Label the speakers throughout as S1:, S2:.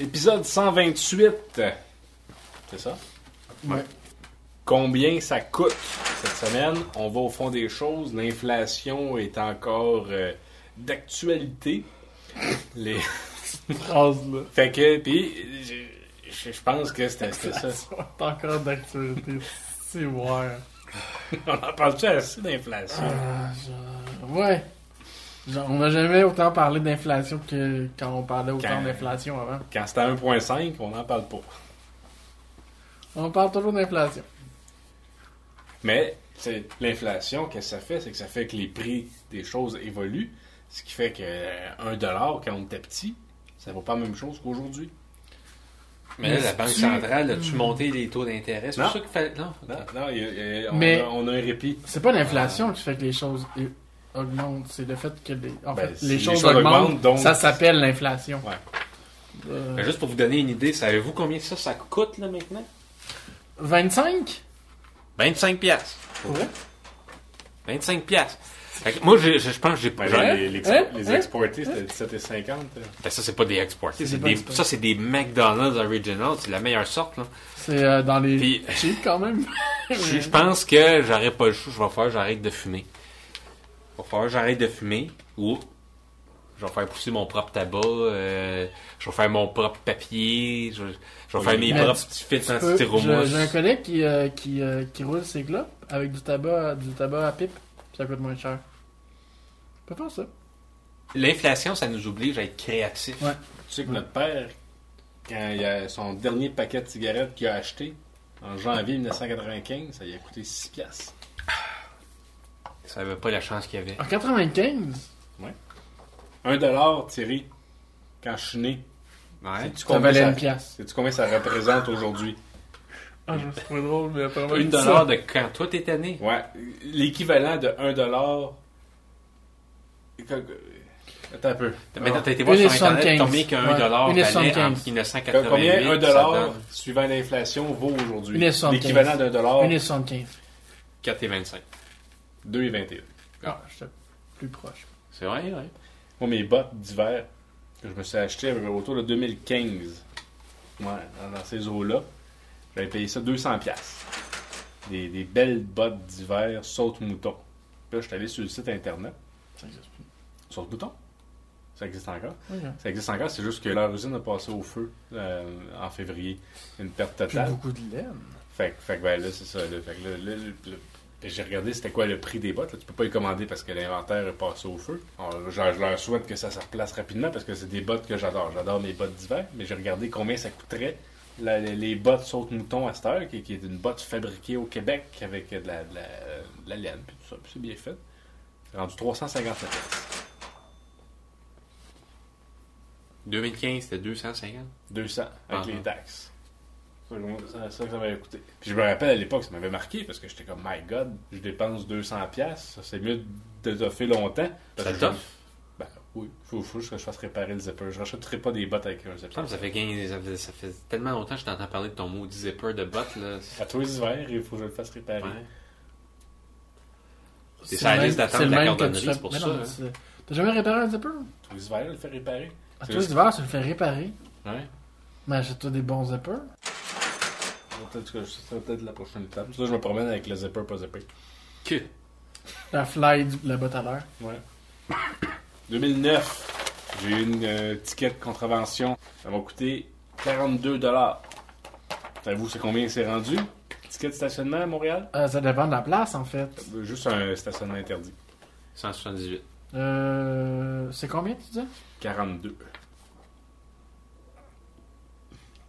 S1: Épisode 128. C'est ça?
S2: Ouais.
S1: Combien ça coûte cette semaine? On va au fond des choses. L'inflation est encore euh, d'actualité. Les...
S2: Phrase là.
S1: Fait que, puis, je- je je pense que c'était c'était ça.
S2: C'est encore d'actualité. C'est ouais.
S1: On en parle-tu assez d'inflation?
S2: Ah, je- Ouais. Genre, on n'a jamais autant parlé d'inflation que quand on parlait autant
S1: Quand-
S2: d'inflation avant.
S1: Quand c'était à 1.5, on n'en parle pas.
S2: On parle toujours d'inflation.
S1: Mais c'est l'inflation, qu'est-ce que ça fait? C'est que ça fait que les prix des choses évoluent, ce qui fait que euh, un dollar quand on était petit, ça vaut pas la même chose qu'aujourd'hui.
S3: Mais là,
S2: Mais
S3: la Banque
S2: tu-
S3: centrale a-tu monté les taux d'intérêt? C'est
S1: Non.
S3: pour ça qu'il fallait... Non.
S1: Non, non, il y a- il y a- on,
S2: Mais-
S1: a, on a un répit.
S2: C'est pas l'inflation qui fait que les choses é- augmentent, c'est le fait que les, en
S1: Ben,
S2: fait,
S1: si
S2: les,
S1: les
S2: choses
S1: choses
S2: augmentent,
S1: augmentent, donc-
S2: ça s'appelle l'inflation.
S1: Ouais.
S2: Euh,
S3: Mais Juste pour vous donner une idée, savez-vous combien ça, ça coûte, là, maintenant?
S2: 25?
S3: 25 piastres.
S2: Ouais.
S3: 25 piastres. Fait que moi, je, je- je pense que j'ai pas...
S1: Ben, Genre,
S2: Hein?
S1: les, les,
S2: Hein?
S1: les
S2: Hein?
S1: exportés, c'était 17,50. euh.
S3: Ben, ça, c'est pas des exports.
S2: C'est
S3: C'est
S2: pas
S3: des-
S2: des exports.
S3: ça, c'est des McDonald's Original. C'est la meilleure sorte, là.
S2: C'est euh, dans les
S3: Puis-
S2: cheap quand même.
S3: Je, je pense que j'aurais pas le choix. Je vais faire j'arrête de fumer. Je vais faire j'arrête de fumer. Ou je vais faire pousser mon propre tabac. euh, je vais faire mon propre papier. Je, je vais faire mes
S2: Mais
S3: propres petits fils en
S2: Peu- je-
S3: styromousse.
S2: J'ai un collègue qui, euh, qui, euh, qui roule ses glopes avec du tabac, du tabac à pipe, puis ça coûte moins cher. On peut faire ça.
S3: L'inflation, ça nous oblige à être créatifs.
S2: Ouais.
S1: Tu sais que notre père, quand il a son dernier paquet de cigarettes qu'il a acheté en janvier 1995, ça lui a coûté 6 piastres.
S3: Ça n'avait pas la chance qu'il y avait.
S2: En 95,
S1: Un dollar, Thierry, quand je suis né,
S3: Ouais.
S1: sais-tu
S2: ça
S1: combien
S2: valait
S1: ça-
S2: une pièce.
S1: sais-tu combien ça représente aujourd'hui?
S2: Ah, je me trouve drôle, mais apparemment.
S3: Une dollar de quand toi t'es tanné.
S1: Ouais, l'équivalent de 1 dollar. Attends un peu. Ah.
S3: Mais t'as été
S2: Une
S3: voir
S2: et
S3: sur internet
S2: 75.
S3: combien qu'un
S2: Ouais.
S3: dollar
S2: Une et
S3: valait
S2: 75.
S3: en 1988.
S1: Combien 1
S3: ça
S1: dollar,
S3: donne
S1: suivant l'inflation, vaut aujourd'hui?
S2: 1,75.
S1: L'équivalent d'un dollar,
S2: 1,75.
S3: 4,25.
S1: 2,21.
S2: Ah, j'étais plus proche.
S3: C'est vrai, ouais.
S1: Moi, mes bottes d'hiver que je me suis achetées euh, autour de 2015, ouais, dans, dans ces eaux-là, j'avais payé ça 200$. piastres. Des, des belles bottes d'hiver saute-mouton. Puis là, je suis allé sur le site internet.
S2: Ça existe plus.
S1: Saute-mouton? Ça existe encore?
S2: Ok.
S1: Ça existe encore, c'est juste que leur usine a passé au feu euh, en février. Une perte
S2: Plus
S1: totale.
S2: beaucoup de laine.
S1: Fait, que- fait que ben là, c'est ça. là. Fait que là, là, le- le- j'ai regardé c'était quoi le prix des bottes. là. Tu peux pas les commander parce que l'inventaire est passé au feu. On- je, je leur souhaite que ça se replace rapidement parce que c'est des bottes que j'adore. J'adore mes bottes d'hiver, mais j'ai regardé combien ça coûterait. la- les, les bottes saute-mouton à cette heure, qui, qui est une botte fabriquée au Québec avec de la, de la, de la laine, puis tout ça, puis c'est bien fait. C'est rendu 357 piastres.
S3: 2015, c'était 250.
S1: 200 avec
S3: Ah,
S1: les
S3: ah.
S1: taxes. Ça, ça, ça, ça m'avait coûté. Puis je me rappelle à l'époque, ça m'avait marqué parce que j'étais comme, my god, je dépense 200$, piastres, ça c'est mieux de toffer longtemps. Parce
S3: Ça
S1: que
S3: toffe?
S1: je- Ben oui, faut, faut juste que je fasse réparer le zipper. Je rachèterai pas des bottes avec un zipper.
S3: Ça, Ah, ça, fait 15 ça fait- ça fait tellement longtemps que je t'entends parler de ton maudit zipper de bottes. Là.
S1: À tous les hivers, il faut que je le fasse réparer.
S3: Ouais.
S2: C'est
S3: sur la
S2: le
S3: liste
S2: même-
S3: d'attente
S2: c'est le
S3: de la
S2: même que
S3: cordonnerie,
S2: tu fais-
S3: c'est pour
S2: Mais
S3: ça,
S2: non,
S3: hein.
S2: c'est- T'as jamais réparé un zipper?
S1: Tous les hivers, je le fais réparer. C'est
S2: À tous les
S1: juste-
S2: hivers, tu le fais réparer.
S1: Ouais.
S2: Mais achète-toi des bons zippers.
S1: Peut-être que ça va peut-être la prochaine étape. Ça, je me promène avec le zipper, pas zipper.
S3: Que?
S2: La fly, du- la botte à l'air.
S1: Ouais. 2009, j'ai eu une euh, ticket de contravention. Ça m'a coûté 42 dollars. Savez-vous c'est combien c'est rendu? Ticket de stationnement à Montréal?
S2: Euh, ça dépend de la place, en fait.
S1: Euh, Juste un stationnement interdit.
S3: 178.
S2: Euh, c'est combien, tu dis?
S1: 42.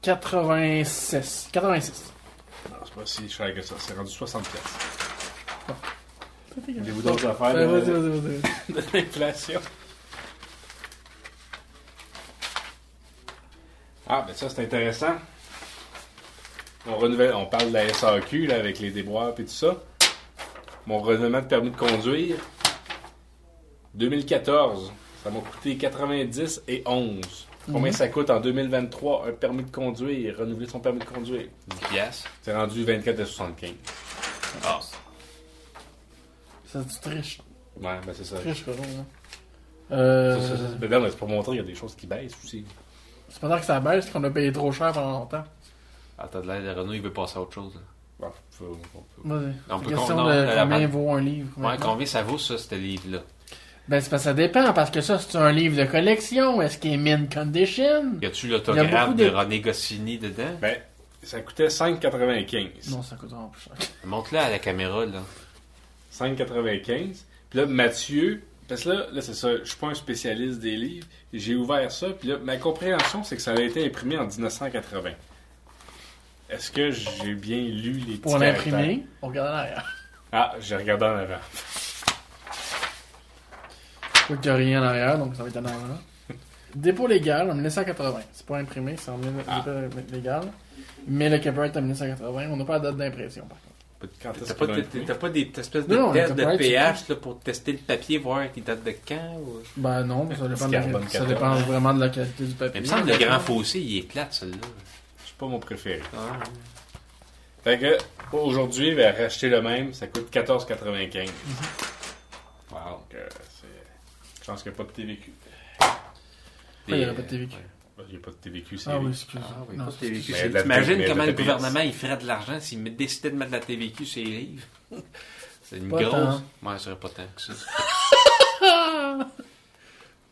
S2: 86. 86.
S1: Non, c'est pas si cher que ça. C'est rendu 60 pièces.
S2: Vas-y,
S1: Avez-vous d'autres affaires
S2: Euh, Ben,
S1: euh,
S2: vas-y,
S1: de,
S3: euh,
S2: vas-y, vas-y.
S1: de l'inflation? Ah, ben ça, c'est intéressant. On, renouvelle, on parle de la SAQ là, avec les déboires et tout ça. Mon renouvellement de permis de conduire, 2014, ça m'a coûté 90 et 11. Combien
S2: Mhm.
S1: ça coûte en 2023 un permis de conduire, renouveler son permis de conduire?
S3: 10 piastres.
S1: C'est rendu 24 et 75.
S3: Ah.
S2: Ça, tu triches.
S1: Ouais, ben c'est ça.
S2: Euh. Triche, Coron, là.
S1: Ça, ben, ça, ça,
S2: Euh,
S1: c'est- ben non, mais c'est pour montrer qu'il y a des choses qui baissent aussi.
S2: Cependant que ça baisse, qu'on a payé trop cher pendant longtemps.
S3: Ah, t'as de l'air de Renault, il veut passer à autre chose. là.
S1: Bon, faut- on peut-
S2: Vas-y.
S3: On
S2: C'est
S3: peut
S2: question
S3: con- non,
S2: de
S3: la- la
S2: combien
S3: banque.
S2: vaut un livre.
S3: Ouais,
S2: maintenant.
S3: combien ça vaut, ça, ce livre-là?
S2: Ben, c'est parce que ça dépend, parce que ça, c'est un livre de collection. Est-ce qu'il est mint condition?
S3: Y a-tu
S2: Il y a
S3: l'autographe
S2: beaucoup
S3: de...
S2: de-
S3: René Goscinny dedans?
S1: Ben, ça coûtait 5,95.
S2: Non, ça coûte vraiment plus cher.
S3: Montre-le à la caméra, là.
S1: 5,95. Puis là, Mathieu, parce que là, là c'est ça, je suis pas un spécialiste des livres. J'ai ouvert ça, puis là, ma compréhension, c'est que ça a été imprimé en 1980. Est-ce que j'ai bien lu les petits
S2: Pour
S1: caractères?
S3: hein.
S2: l'imprimer, on regarde en arrière.
S1: Ah, j'ai regardé en avant.
S2: Je vois qu'il n'y a rien en arrière, donc ça va être en avant. Dépôt légal en 1980. C'est pas imprimé, c'est en euh, mille-
S1: Ah.
S2: dépôt légal. Mais le copyright est en 1980. On n'a pas la date d'impression, par contre.
S1: Quand est-ce
S3: T'as pas,
S1: qu'on a
S3: t'as-
S1: imprimé?
S3: t'as pas des espèces de
S2: Non, non,
S3: tests
S2: t'as pas
S3: de
S2: été-
S3: pH là, pour tester le papier, voir qui date de quand? Ou...
S2: Ben non, ça dépend, de la-
S1: Carbone
S2: ça
S1: 14.
S2: dépend vraiment de la qualité du papier.
S3: Il me semble que le grand fossé, il est plate, celui-là.
S1: C'est pas mon préféré.
S3: Ah,
S1: Fait que, aujourd'hui, ben, racheter le même, ça coûte 14,95.
S3: wow.
S1: Donc, euh, c'est. Je pense qu'il n'y a pas de TVQ.
S2: Pourquoi il y aurait pas de TVQ?
S1: Il n'y a pas de TVQ, c'est.
S2: Ah oui,
S1: lui.
S2: excuse.
S3: Ah oui,
S2: Non,
S3: pas de
S2: excuse.
S3: TVQ.
S1: Mais
S3: c'est-
S1: de la-
S3: T'imagines
S1: mais de
S3: comment
S1: la
S3: le
S1: TVQ.
S3: gouvernement il ferait de l'argent s'il me décidait de mettre de la TVQ sur les livres? C'est une
S2: Pas
S3: grosse.
S2: tant.
S3: Moi, je serais pas tant que ça.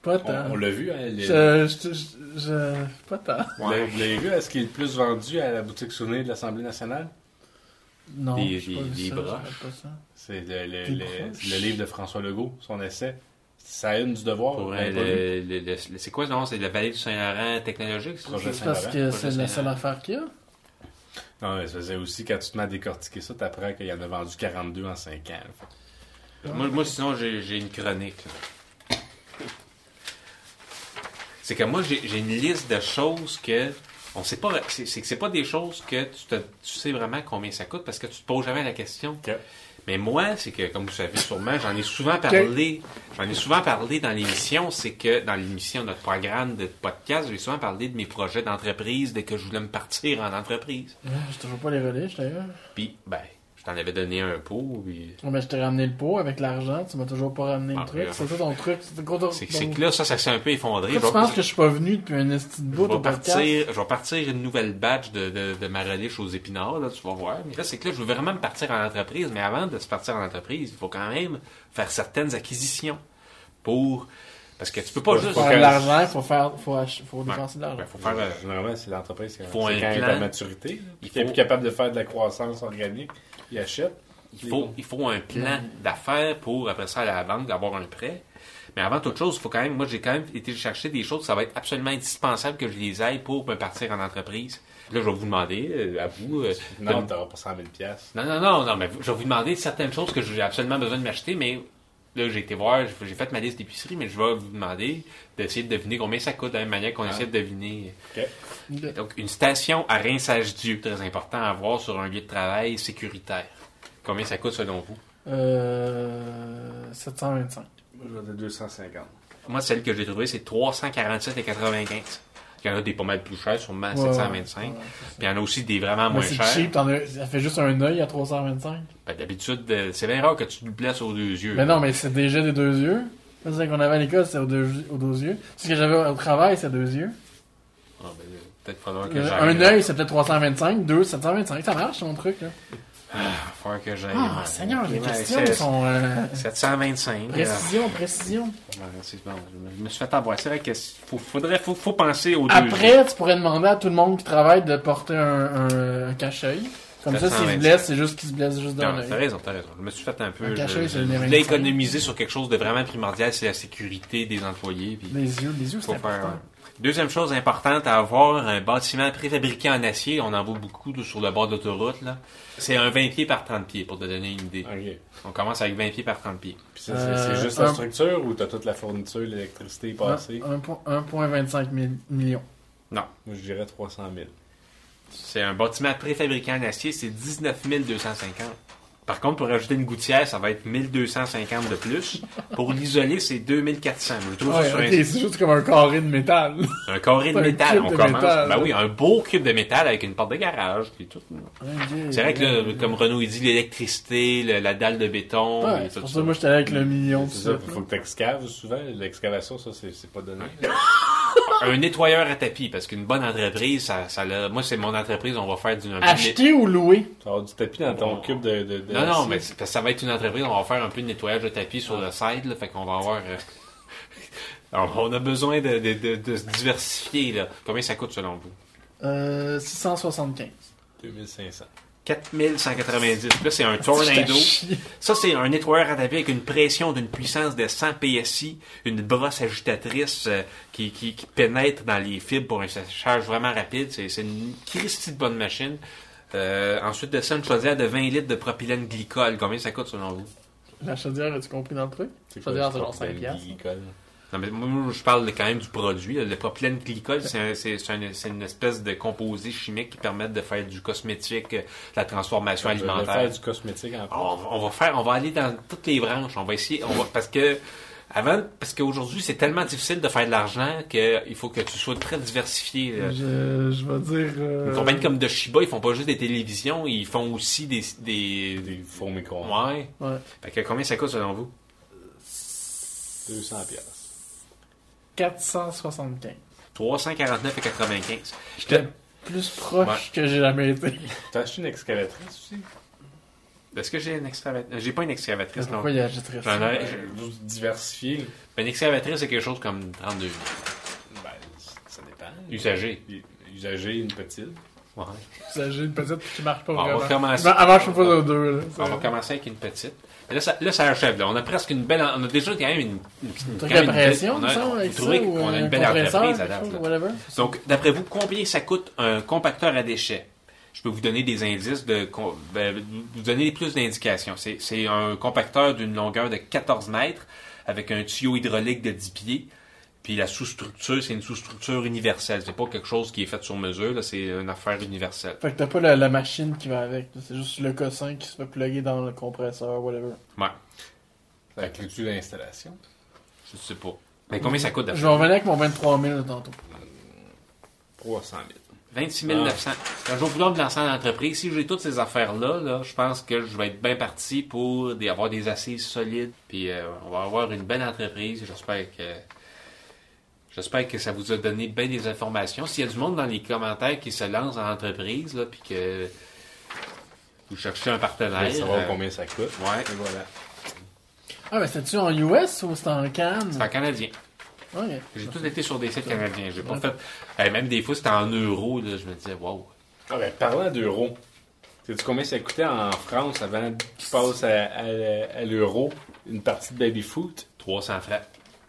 S2: Pas
S1: On,
S2: tant. Euh,
S1: on l'a vu, hein, les-
S2: Je, je, je, je- Pas tant.
S1: Vous l'avez- Vous l'avez vu, est-ce qu'il est le plus vendu à la boutique souvenir de l'Assemblée nationale?
S2: Non,
S3: Des-
S2: j'ai pas
S3: des-
S2: vu
S3: des
S2: ça,
S3: bras.
S2: j'aurais pas ça.
S1: C'est le, le-
S2: T'es
S1: le-
S2: proche.
S1: c'est le livre de François Legault, son essai. C'est à une du devoir.
S3: Pour,
S1: on
S3: euh,
S1: l'a pas vu.
S3: le- le- le- c'est quoi le nom? C'est la vallée du Saint-Laurent technologique? c'est ça?
S1: Projet
S2: C'est parce
S1: Saint-Laurent,
S2: que
S3: pas
S2: c'est
S3: juste
S2: la
S3: Saint-Laurent.
S2: seule affaire qu'il y a.
S1: Non, mais ça faisait aussi, quand tu te mets à décortiquer ça, t'apprends qu'il y en a vendu 42 en 5 ans. là. Fait que
S3: Moi, moi, sinon, j'ai j'ai une chronique. là. C'est que moi, j'ai j'ai une liste de choses que. On sait pas. C'est c'est que c'est pas des choses que tu, te- tu sais vraiment combien ça coûte parce que tu te poses jamais la question.
S1: Ok.
S3: Mais moi, c'est que, comme vous savez sûrement, j'en ai souvent parlé. J'en ai souvent parlé dans l'émission. C'est que dans l'émission, notre programme de podcast, j'ai souvent parlé de mes projets d'entreprise, dès que je voulais me partir en entreprise.
S2: Ah, Je te vois pas les relais, je d'ailleurs.
S3: Puis, ben, je t'en avais donné un pot. Puis...
S2: Ouais, ben, je t'ai ramené le pot avec l'argent, tu m'as toujours pas ramené
S3: Ah,
S2: le truc.
S3: ouais.
S2: C'est ça ton truc. C'est gros
S3: C'est c'est que là, ça, ça s'est un peu effondré.
S2: Pourquoi
S3: Je
S2: tu
S3: vais-
S2: penses que Ben, je suis pas venu depuis un esti de
S3: Je
S2: bout au
S3: vais,
S2: podcast?
S3: partir, je vais partir une nouvelle batch de, de, de ma relish aux épinards, là, tu vas voir. Mais là, c'est que là, je veux vraiment me partir en entreprise, mais avant de se partir en entreprise, il faut quand même faire certaines acquisitions pour. Parce que tu peux pas
S1: Faut
S3: juste.
S2: Pour faire de l'argent, faut faire, faut, ach- faut dépenser de l'argent.
S3: Ben, faut faire, euh,
S1: Généralement, c'est l'entreprise qui a
S3: Faut un
S1: quand elle est
S3: plan.
S1: à maturité. là, puis
S3: Il
S1: qui est
S3: faut-
S1: plus capable de faire de la croissance organique. Il achète.
S3: il, faut, il faut un plan
S2: Mm.
S3: d'affaires pour, après ça, aller à la banque, d'avoir un prêt. Mais avant toute chose, il faut quand même. Moi, j'ai quand même été chercher des choses. Ça va être absolument indispensable que je les aille pour me partir en entreprise. Là, je vais vous demander, euh, à vous, euh, de-
S1: Non, t'auras pas 100 000 piastres.
S3: Non, non, non, non, mais je vais vous demander certaines choses que j'ai absolument besoin de m'acheter, mais là, j'ai été voir, j'ai- j'ai fait ma liste d'épicerie, mais je vais vous demander d'essayer de deviner combien ça coûte de la même manière
S2: Ah.
S3: qu'on essaie de deviner.
S1: Ok.
S2: De-
S3: Donc, une station à rinçage-dieu, très important à avoir sur un lieu de travail sécuritaire. Combien ça coûte selon vous?
S2: Euh, 725.
S1: Moi, je vais dire 250.
S3: Moi, celle que j'ai trouvée, c'est 347,95. Il y en a des pas mal plus chères, sûrement à
S2: Ouais,
S3: 725.
S2: ouais, ouais,
S3: Puis il y en a aussi des vraiment
S2: Mais
S3: moins
S2: c'est
S3: chères.
S2: cheap, t'en as- ça fait juste un œil à 325.
S3: Ben, D'habitude, euh, c'est bien rare que tu nous places aux deux yeux.
S2: Mais Ben non, mais c'est déjà des deux yeux. Là, C'est qu'on avait à l'école, c'était aux deux, aux deux yeux. Ce que j'avais au travail, c'est deux yeux.
S3: Ah, ben, Peut-être faudra que
S2: Euh,
S3: j'aille-
S2: un œil, c'est peut-être 325. Deux, 725. Ça marche, mon truc, là.
S3: Faut que j'aille.
S2: Ah,
S3: Ouais.
S2: Seigneur, les
S3: Ben, Ouais,
S2: questions
S3: c'est-
S2: sont... euh,
S3: 725.
S2: Précision, précision.
S3: euh, ouais, c'est bon, je me suis fait avoir. C'est vrai qu'il faut, faudrait, faut, faut penser aux deux.
S2: Après, tu pourrais demander à tout le monde qui travaille de porter un, un- un cache-œil. Comme ça, s'ils se
S3: 425.
S2: blessent, c'est juste qu'ils se blessent juste d'un
S3: Non, t'as
S2: œil.
S3: raison, t'as raison. Je me suis fait un peu.
S2: Un
S3: je-
S2: cachet,
S3: je
S2: c'est une
S3: voulais
S2: évincerie.
S3: économiser sur quelque chose de vraiment primordial, c'est la sécurité des employés. Puis
S2: Les yeux, les yeux,
S3: faut
S2: c'est
S3: faire-
S2: important.
S3: Deuxième chose importante à avoir, un bâtiment préfabriqué en acier. On en voit beaucoup là, sur le bord d'autoroute. là. C'est un 20 pieds par 30 pieds, pour te donner une idée.
S1: OK.
S3: On commence avec 20 pieds par 30 pieds.
S1: Puis ça, c'est-
S2: Euh,
S1: c'est juste
S2: un-
S1: la structure ou t'as toute la fourniture, l'électricité passée?
S2: Un- un point- 1,25 mi- million.
S1: Moi, je dirais 300 000.
S3: C'est un bâtiment préfabriqué en acier, c'est 19 250. Par contre, pour ajouter une gouttière, ça va être 1250 de plus. Pour l'isoler, c'est 2400. Je trouve ça
S2: Ouais,
S3: sur
S2: ok,
S3: un-
S2: c'est juste comme un carré de métal.
S3: un carré de
S2: un
S3: métal.
S2: cube
S3: On
S2: de
S3: commence.
S2: métal.
S3: Ben oui, un beau cube de métal avec une porte de garage. puis tout. C'est vrai que là, comme Renaud il dit, l'électricité, le- la dalle de béton.
S2: Ouais,
S3: et
S2: c'est
S3: tout
S2: pour
S3: ça.
S2: ça que moi, j'étais allé avec le million.
S1: C'est ça, faut que t'excaves souvent. L'excavation, ça, c'est c'est pas donné.
S3: un nettoyeur à tapis, parce qu'une bonne entreprise, ça, ça l'a- moi, c'est mon entreprise, on va faire du. un peu de
S2: Acheter ou louer?
S1: Tu vas avoir du tapis dans ton cube de. de, de-
S3: Non, non,
S1: de-
S3: mais c'est parce que ça va être une entreprise, on va faire un peu de nettoyage de tapis sur le side, là, fait qu'on va avoir. euh, Alors, on a besoin de, de- de- de se diversifier, là. Combien ça coûte selon vous
S2: Euh, 675.
S1: 2500.
S3: 4190. Là, c'est un tornado. Ça, c'est un nettoyeur à tapis avec une pression d'une puissance de 100 PSI, une brosse agitatrice euh, qui, qui- qui pénètre dans les fibres pour un séchage vraiment rapide. C'est c'est une christie de bonne machine. Euh, ensuite de ça, une chaudière de 20 litres de propylène glycol. Combien ça coûte selon vous?
S2: La chaudière, as-tu compris dans le truc?
S1: C'est quoi,
S2: Chaudière,
S1: ce
S2: c'est genre
S1: problème
S2: 5 piastres.
S1: glycol?
S3: Non, mais moi, moi, je parle de- quand même du produit. là. Le propylène glycol, c'est un- c'est- c'est un- c'est une espèce de composé chimique qui permet de faire du cosmétique, euh, de la transformation
S1: On va
S3: alimentaire.
S1: faire du cosmétique en
S3: On, on va faire, on va aller dans toutes les branches. On va essayer, on va, parce que avant, parce qu'aujourd'hui c'est tellement difficile de faire de l'argent qu'il faut que tu sois très diversifié. là.
S2: Je, je vais dire. euh,
S3: Une compagnie comme de Shiba, ils font pas juste des télévisions, ils font aussi des, des,
S1: des faux micro
S3: ouais.
S2: Ouais.
S3: Fait que combien ça coûte selon vous
S1: 200 piastres.
S2: 475.
S3: 349,95.
S2: J'étais plus proche que j'ai jamais été.
S1: T'as acheté une excavatrice aussi?
S3: Est-ce que j'ai une excavatrice J'ai pas une excavatrice non.
S2: Pourquoi il achèterait
S3: J'en
S2: ça?
S3: ai-
S1: Ouais, juste diversifier.
S3: Une excavatrice c'est quelque chose comme 32 000.
S1: Ben, ça dépend.
S3: usagé.
S1: Usager une petite.
S3: Ouais.
S2: J'ai une petite qui marche pas
S3: On va
S2: vraiment.
S3: commencer.
S2: Ben, Elle marche pas aux deux. là.
S3: On va commencer avec une petite. Mais là, ça, là, ça achève. Là. On a presque une belle. On a déjà quand même une. une, une-
S2: Truc
S3: quand même
S2: à
S3: une
S2: pression,
S3: belle- on a-
S2: ça,
S3: on-
S2: avec
S3: vous
S2: ça,
S3: trouvez
S2: ou
S3: qu'on a
S2: un
S3: une belle
S2: compresseur,
S3: entreprise à
S2: quelque
S3: date.
S2: chose,
S3: là.
S2: whatever.
S3: Donc, d'après vous, combien ça coûte un compacteur à déchets Je peux vous donner des indices de. com- ben, vous donner plus d'indications. C'est c'est un compacteur d'une longueur de 14 mètres avec un tuyau hydraulique de 10 pieds. Puis la sous-structure, c'est une sous-structure universelle. C'est pas quelque chose qui est fait sur mesure, là, c'est une affaire universelle.
S2: Fait que t'as pas la, la machine qui va avec. C'est juste le cossin qui se fait plugger dans le compresseur, whatever.
S3: Ouais,
S1: Ça clôture l'installation.
S3: je sais pas. Mais combien ça
S2: Je
S3: coûte d'après
S2: vais revenir avec mon 23 000 tantôt.
S1: 300 000.
S3: 26 900. Quand je vais vouloir me lancer en entreprise, si j'ai toutes ces affaires-là, là, je pense que je vais être bien parti pour des- avoir des assises solides. Puis euh, on va avoir une belle entreprise. J'espère que j'espère que ça vous a donné bien des informations. S'il y a du monde dans les commentaires qui se lance en entreprise, là, puis que vous cherchez un
S1: Je
S3: partenaire.
S1: veux savoir
S3: euh,
S1: combien ça coûte.
S3: Ouais,
S1: Et voilà.
S2: Ah, ben c'était-tu en US ou c'était en Cannes?
S3: c'est en canadien.
S2: Ouais.
S3: J'ai tout été sur des sites canadiens. J'ai pas fait. Eh, même des fois, c'était en euros. Là, je me disais, wow.
S1: Ah ben, parlant d'euros, sais-tu combien ça coûtait en France avant qu'ils passent à, à- à l'euro une partie de baby-foot?
S3: 300 francs.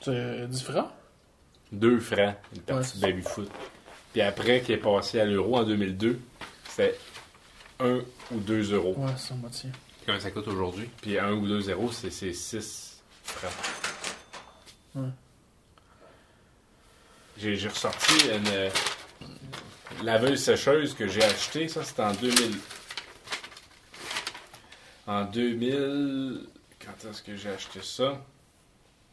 S2: C'est euh, du franc?
S1: Deux francs, une partie
S2: Ouais.
S1: de baby-foot. Puis après qu'il est passé à l'euro en 2002, c'était un ou deux euros.
S2: Ouais, c'est moitié.
S3: Combien ça coûte aujourd'hui?
S1: Puis un ou deux zéros, c'est c'est six francs.
S2: Ouais.
S1: J'ai j'ai ressorti une euh, laveuse sécheuse que j'ai achetée. Ça, c'était en 2000. En 2000. Quand est-ce que j'ai acheté ça?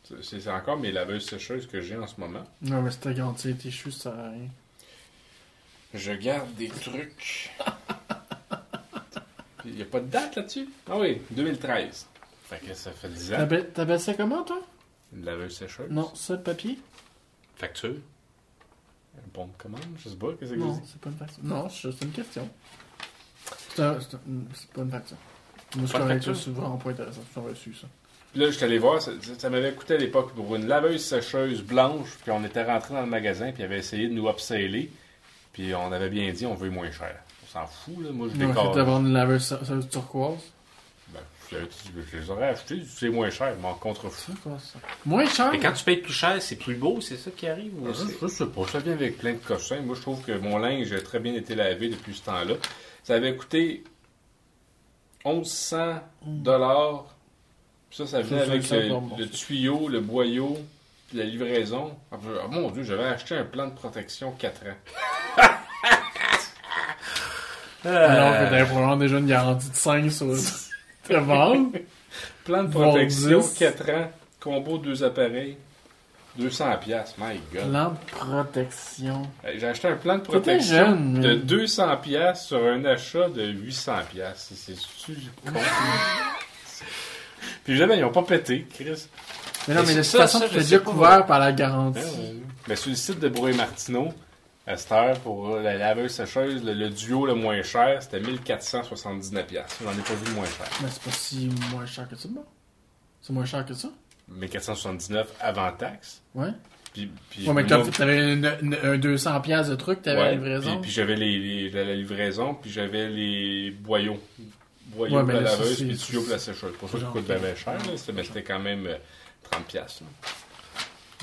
S1: C'est- C'est encore mes laveuses sécheuses que j'ai en ce moment.
S2: Non, mais c'était garanti, tes cheveux, ça sert à rien.
S1: Je garde des trucs. Il n'y a pas de date là-dessus? Ah oui, 2013. Fait que ça fait 10 ans.
S2: T'appelles t'appelles ça comment, toi?
S1: Une laveuse sécheuse.
S2: Non, ça, le papier?
S3: Facture?
S1: Un bon de commande, je sais pas, qu'est-ce que vous
S2: Non,
S1: dites?
S2: c'est pas une facture. Non, c'est juste une question. C'est un- c'est un- c'est pas une facture. Moi, je
S3: Pas de
S2: correct,
S3: facture?
S2: ça, c'est vraiment pas intéressant. Je suis reçu, ça.
S1: Puis Là, je suis allé voir, ça, ça m'avait coûté à l'époque pour une laveuse sécheuse blanche, puis on était rentré dans le magasin, puis il avait essayé de nous upseller, puis on avait bien dit, on veut moins cher. On s'en fout, là, moi je
S2: Non,
S1: décore.
S2: c'est d'avoir une laveuse ça, ça, turquoise.
S1: Ben, je, l'avais dit, je les aurais achetés, c'est moins cher, mais on contrefou.
S2: C'est quoi, ça? Moins cher!
S3: Mais quand tu payes plus cher, c'est plus beau, c'est ça qui arrive? ou c'est-
S1: Je sais pas, ça vient avec plein de cochons. Moi, je trouve que mon linge a très bien été lavé depuis ce temps-là. Ça avait coûté 1100 dollars. Ça, ça venait
S2: Ça, ça,
S1: avec
S2: ça,
S1: le,
S2: bon, bon.
S1: le tuyau, le boyau, puis la livraison. Ah, je- ah, mon Dieu, j'avais acheté un plan de protection 4 ans.
S2: Ah. Euh,
S3: euh,
S2: Alors que t'avais probablement déjà une garantie de 5 sur ta vente.
S1: Plan de
S2: Bon,
S1: protection
S2: 10.
S1: 4 ans, combo deux appareils, 200 pièces. My God.
S2: Plan de protection.
S1: Euh, J'ai acheté un plan de
S2: T'étais
S1: protection
S2: jeune,
S1: de
S2: mais-
S1: 200 pièces sur un achat de 800 pièces. C'est c'est con. Puis jamais ils ont pas pété, Chris.
S2: Mais non,
S3: Mais
S2: mais de
S3: c'est
S2: toute façon,
S3: ça, ça,
S2: tu
S3: je
S2: t'es
S3: sais
S2: déjà
S3: pas. Ben
S2: couvert par la garantie.
S1: Ouais, Ah ouais. Mais sur le site de Brouet Martineau, à cette heure, pour la laveuse sécheuse, le, le duo le moins cher, c'était 1479$. piastres. J'en ai pas vu le moins cher.
S2: Mais c'est pas si moins cher que ça, bon. C'est moins cher que ça.
S1: 1479 avant taxe.
S2: Ouais.
S1: Puis, puis
S2: Ouais, mais
S1: moi-
S2: quand t'avais une- une- un 200 pièces de truc, t'avais
S1: Ouais,
S2: la livraison.
S1: Puis, puis j'avais les, les- la, la livraison, puis j'avais les boyaux. Boyaux
S2: Ouais,
S1: pour
S2: mais
S1: la
S2: là, ça,
S1: laveuse,
S2: c'est-
S1: puis le tuyau pour la sécheuse. Pour ça, ça
S2: Genre,
S1: coûte
S2: ouais.
S1: bien cher, là, c'est- mais c'était quand même euh, 30$. piastres,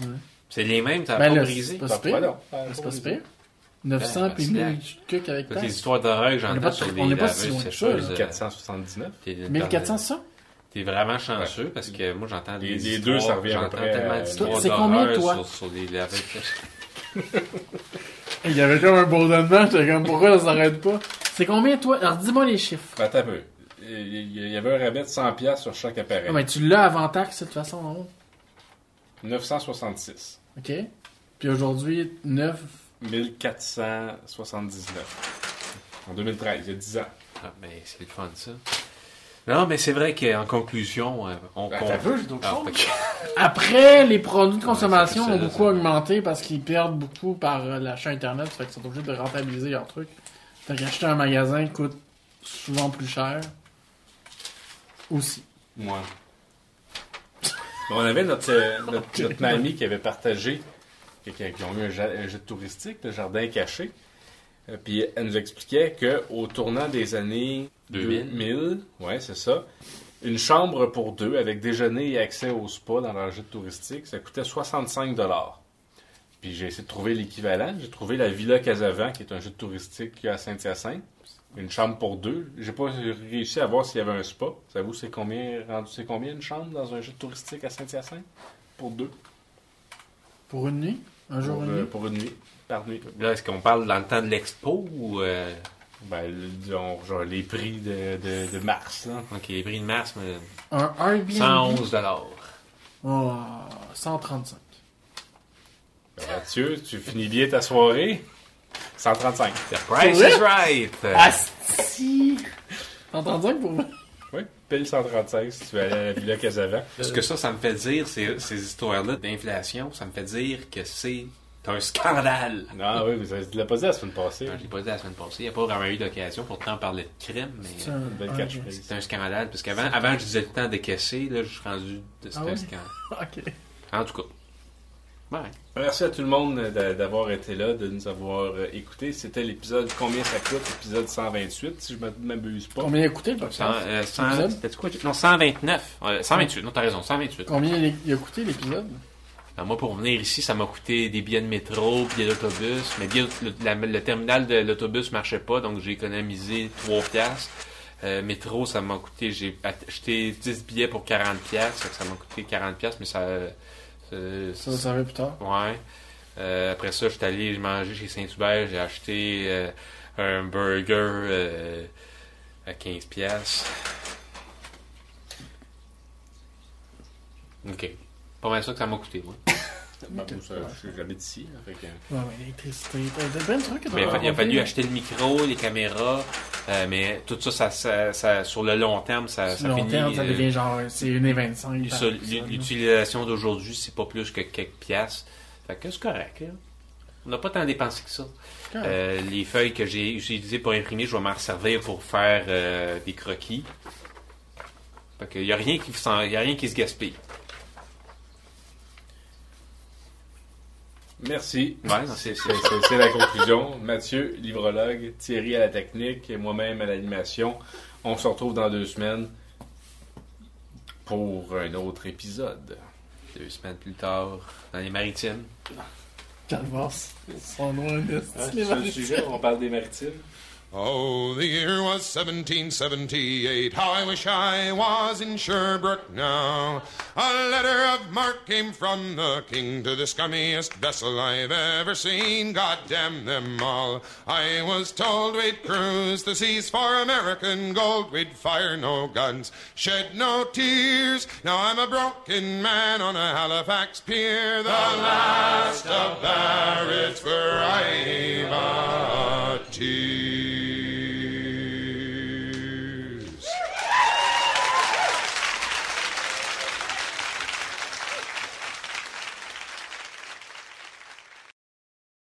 S1: là.
S3: C'est les mêmes, t'as
S2: Ben
S3: pas
S2: là,
S3: brisé.
S2: c'est pas
S1: Bah,
S2: si pire.
S1: voilà.
S2: C'est pas si pire. 900
S3: Ben,
S2: puis
S3: c'est
S2: 1000
S3: bien.
S2: cucs avec
S3: Toutes les
S2: taxe.
S3: histoires d'horreur que
S2: On est pas
S3: j'entends
S2: très-
S3: sur
S2: on
S3: les
S2: est pas si
S3: laveuses
S2: loin de ça, là.
S3: sécheuses. euh,
S1: 479.
S3: t'es- t'en-
S2: 1400
S3: T'es vraiment chanceux parce que moi j'entends des
S1: Les- les
S3: histoires,
S1: deux, ça revient à peu
S3: j'entends
S1: près,
S3: tellement
S1: euh,
S3: d'histoires
S2: C'est combien,
S3: d'horreur
S2: toi?
S3: sur, sur les laveuses sécheuses.
S2: Il y avait comme un bourdonnement, j'étais comme pourquoi ça s'arrête pas. C'est combien toi? Alors dis-moi les chiffres.
S1: Ben, Attends un peu. Il il y avait un rabais de 100$ piastres sur chaque appareil.
S2: Ah, mais tu l'as avant taxe de toute façon en haut.
S1: 966.
S2: OK? Puis aujourd'hui, 9.
S1: 1479. En 2013, il y a 10 ans.
S3: Ah, mais c'est le fun ça. Non, mais c'est vrai qu'en conclusion, euh, on
S1: Attends un
S3: compte.
S1: peu, Ben, j'ai d'autres
S3: Ah,
S1: choses.
S3: fait que-
S2: Après, les produits de consommation
S3: Ouais, c'est
S2: ont
S3: plus ça,
S2: beaucoup
S3: ça.
S2: augmenté parce qu'ils perdent beaucoup par euh, l'achat Internet. Fait qu'ils sont obligés de rentabiliser leurs trucs. Fait qu'acheter un magasin coûte souvent plus cher. Aussi.
S1: Moi. on avait notre, euh, notre, notre mamie qui avait partagé, qui, qui- qui ont eu un, ja- un jet touristique, le jardin caché. Euh, Puis elle nous expliquait qu'au tournant des années
S3: 2000.
S1: 2000, ouais, c'est ça, une chambre pour deux avec déjeuner et accès au spa dans leur jet touristique, ça coûtait 65 Puis j'ai essayé de trouver l'équivalent. J'ai trouvé la Villa Casavan, qui est un jet touristique qu'il y a à Saint-Hyacinthe. Une chambre pour deux. J'ai pas réussi à voir s'il y avait un spa. Savez-vous c'est combien rendu c'est combien une chambre dans un jet touristique à Saint-Hyacinthe Pour deux.
S2: Pour une nuit? Un jour,
S1: pour,
S2: une
S1: euh,
S2: nuit?
S1: pour une nuit. Par nuit.
S3: Là, est-ce qu'on parle dans le temps de l'expo ou. euh,
S1: Ben, le- on- genre les prix de, de- de mars, là.
S3: Ok, les prix de euh, mars, mais
S2: Un Airbnb?
S3: 111
S2: Oh, 135.
S1: Ben, Mathieu, tu finis bien ta soirée? 135.
S3: The price
S2: C'est Ah,
S3: is right!
S2: Asti! 135 pour
S1: Oui, pile 135 si tu veux aller à la Villa Casavan.
S3: Ce que ça, ça me fait dire, ces, ces histoires-là d'inflation, ça me fait dire que c'est un scandale.
S1: Non, oui, vous l'avez pas dit la semaine passée.
S3: Je l'ai pas dit la semaine passée, il n'y a pas vraiment eu d'occasion pour t'en parler de crime, mais euh,
S2: un
S1: Belle
S2: un-
S1: catchphrase.
S3: c'est un scandale. Parce qu'avant, avant, je disais le temps décaissé, là, je suis rendu de c'est
S2: Ah
S3: un
S2: ouais? Ah,
S3: scandale.
S2: Ok.
S3: En tout cas. Ouais.
S1: Merci à tout le monde d'a- d'avoir été là, de nous avoir euh, écoutés. C'était l'épisode Combien ça coûte, épisode 128, si je ne m'abuse pas.
S2: Combien il a coûté le
S3: Cent-
S2: podcast?
S3: euh, cent-
S2: Épisode?
S3: c'était-tu quoi? Non, 129. Euh, 128, non, t'as raison, 128.
S2: Combien il a- il a coûté l'épisode?
S3: Alors, Ben, moi, pour venir ici, ça m'a coûté des billets de métro, billets d'autobus, mais billets- le, la- le terminal de l'autobus marchait pas, donc j'ai économisé 3 piastres. Euh, métro, ça m'a coûté, j'ai acheté 10 billets pour 40 piastres, fait que ça m'a coûté 40 piastres, mais ça... euh,
S2: Ça, ça va plus tard.
S3: Ouais. Euh, après ça, j'étais allé manger chez Saint-Hubert, j'ai acheté euh, un burger euh, à 15 pièces. OK. Pas mal ça que ça m'a coûté, moi.
S1: Bah, moi, ça, je suis jamais d'ici. là, fait que-
S2: Ouais, mais l'électricité. T'as t'as plein de trucs que t'as
S3: Mais il a fa- il a fallu
S2: raconté.
S3: acheter le micro, les caméras, euh, mais tout ça, ça, ça- ça- sur le long terme, ça,
S2: Sur
S3: ça
S2: le long
S3: finit,
S2: terme, ça
S3: euh,
S2: devient genre, c'est 1,25.
S3: ça, L'utilisation d'aujourd'hui, c'est pas plus que quelques piastres. Fait que c'est correct. hein. On n'a pas tant dépensé que ça.
S2: Correct.
S3: Euh, les feuilles que j'ai utilisées pour imprimer, je vais m'en servir pour faire euh, des croquis. Fait que y a rien qui s'en- y a rien qui se gaspille.
S1: Merci.
S3: Ouais, non, c'est-
S1: C'est- C'est c'est la conclusion. Mathieu, livrologue, Thierry à la technique et moi-même à l'animation. On se retrouve dans deux semaines pour un autre épisode.
S3: deux semaines plus tard dans les maritimes.
S2: Calvas. Son nom est
S1: Ah,
S2: les
S1: on parle des maritimes.
S4: Oh, the year was 1778. How I wish I was in Sherbrooke now. A letter of marque came from the king to the scummiest vessel I've ever seen. God damn them all. I was told we'd cruise the seas for American gold. We'd fire no guns, shed no tears. Now I'm a broken man on a Halifax pier. The last of Barrett's Burn.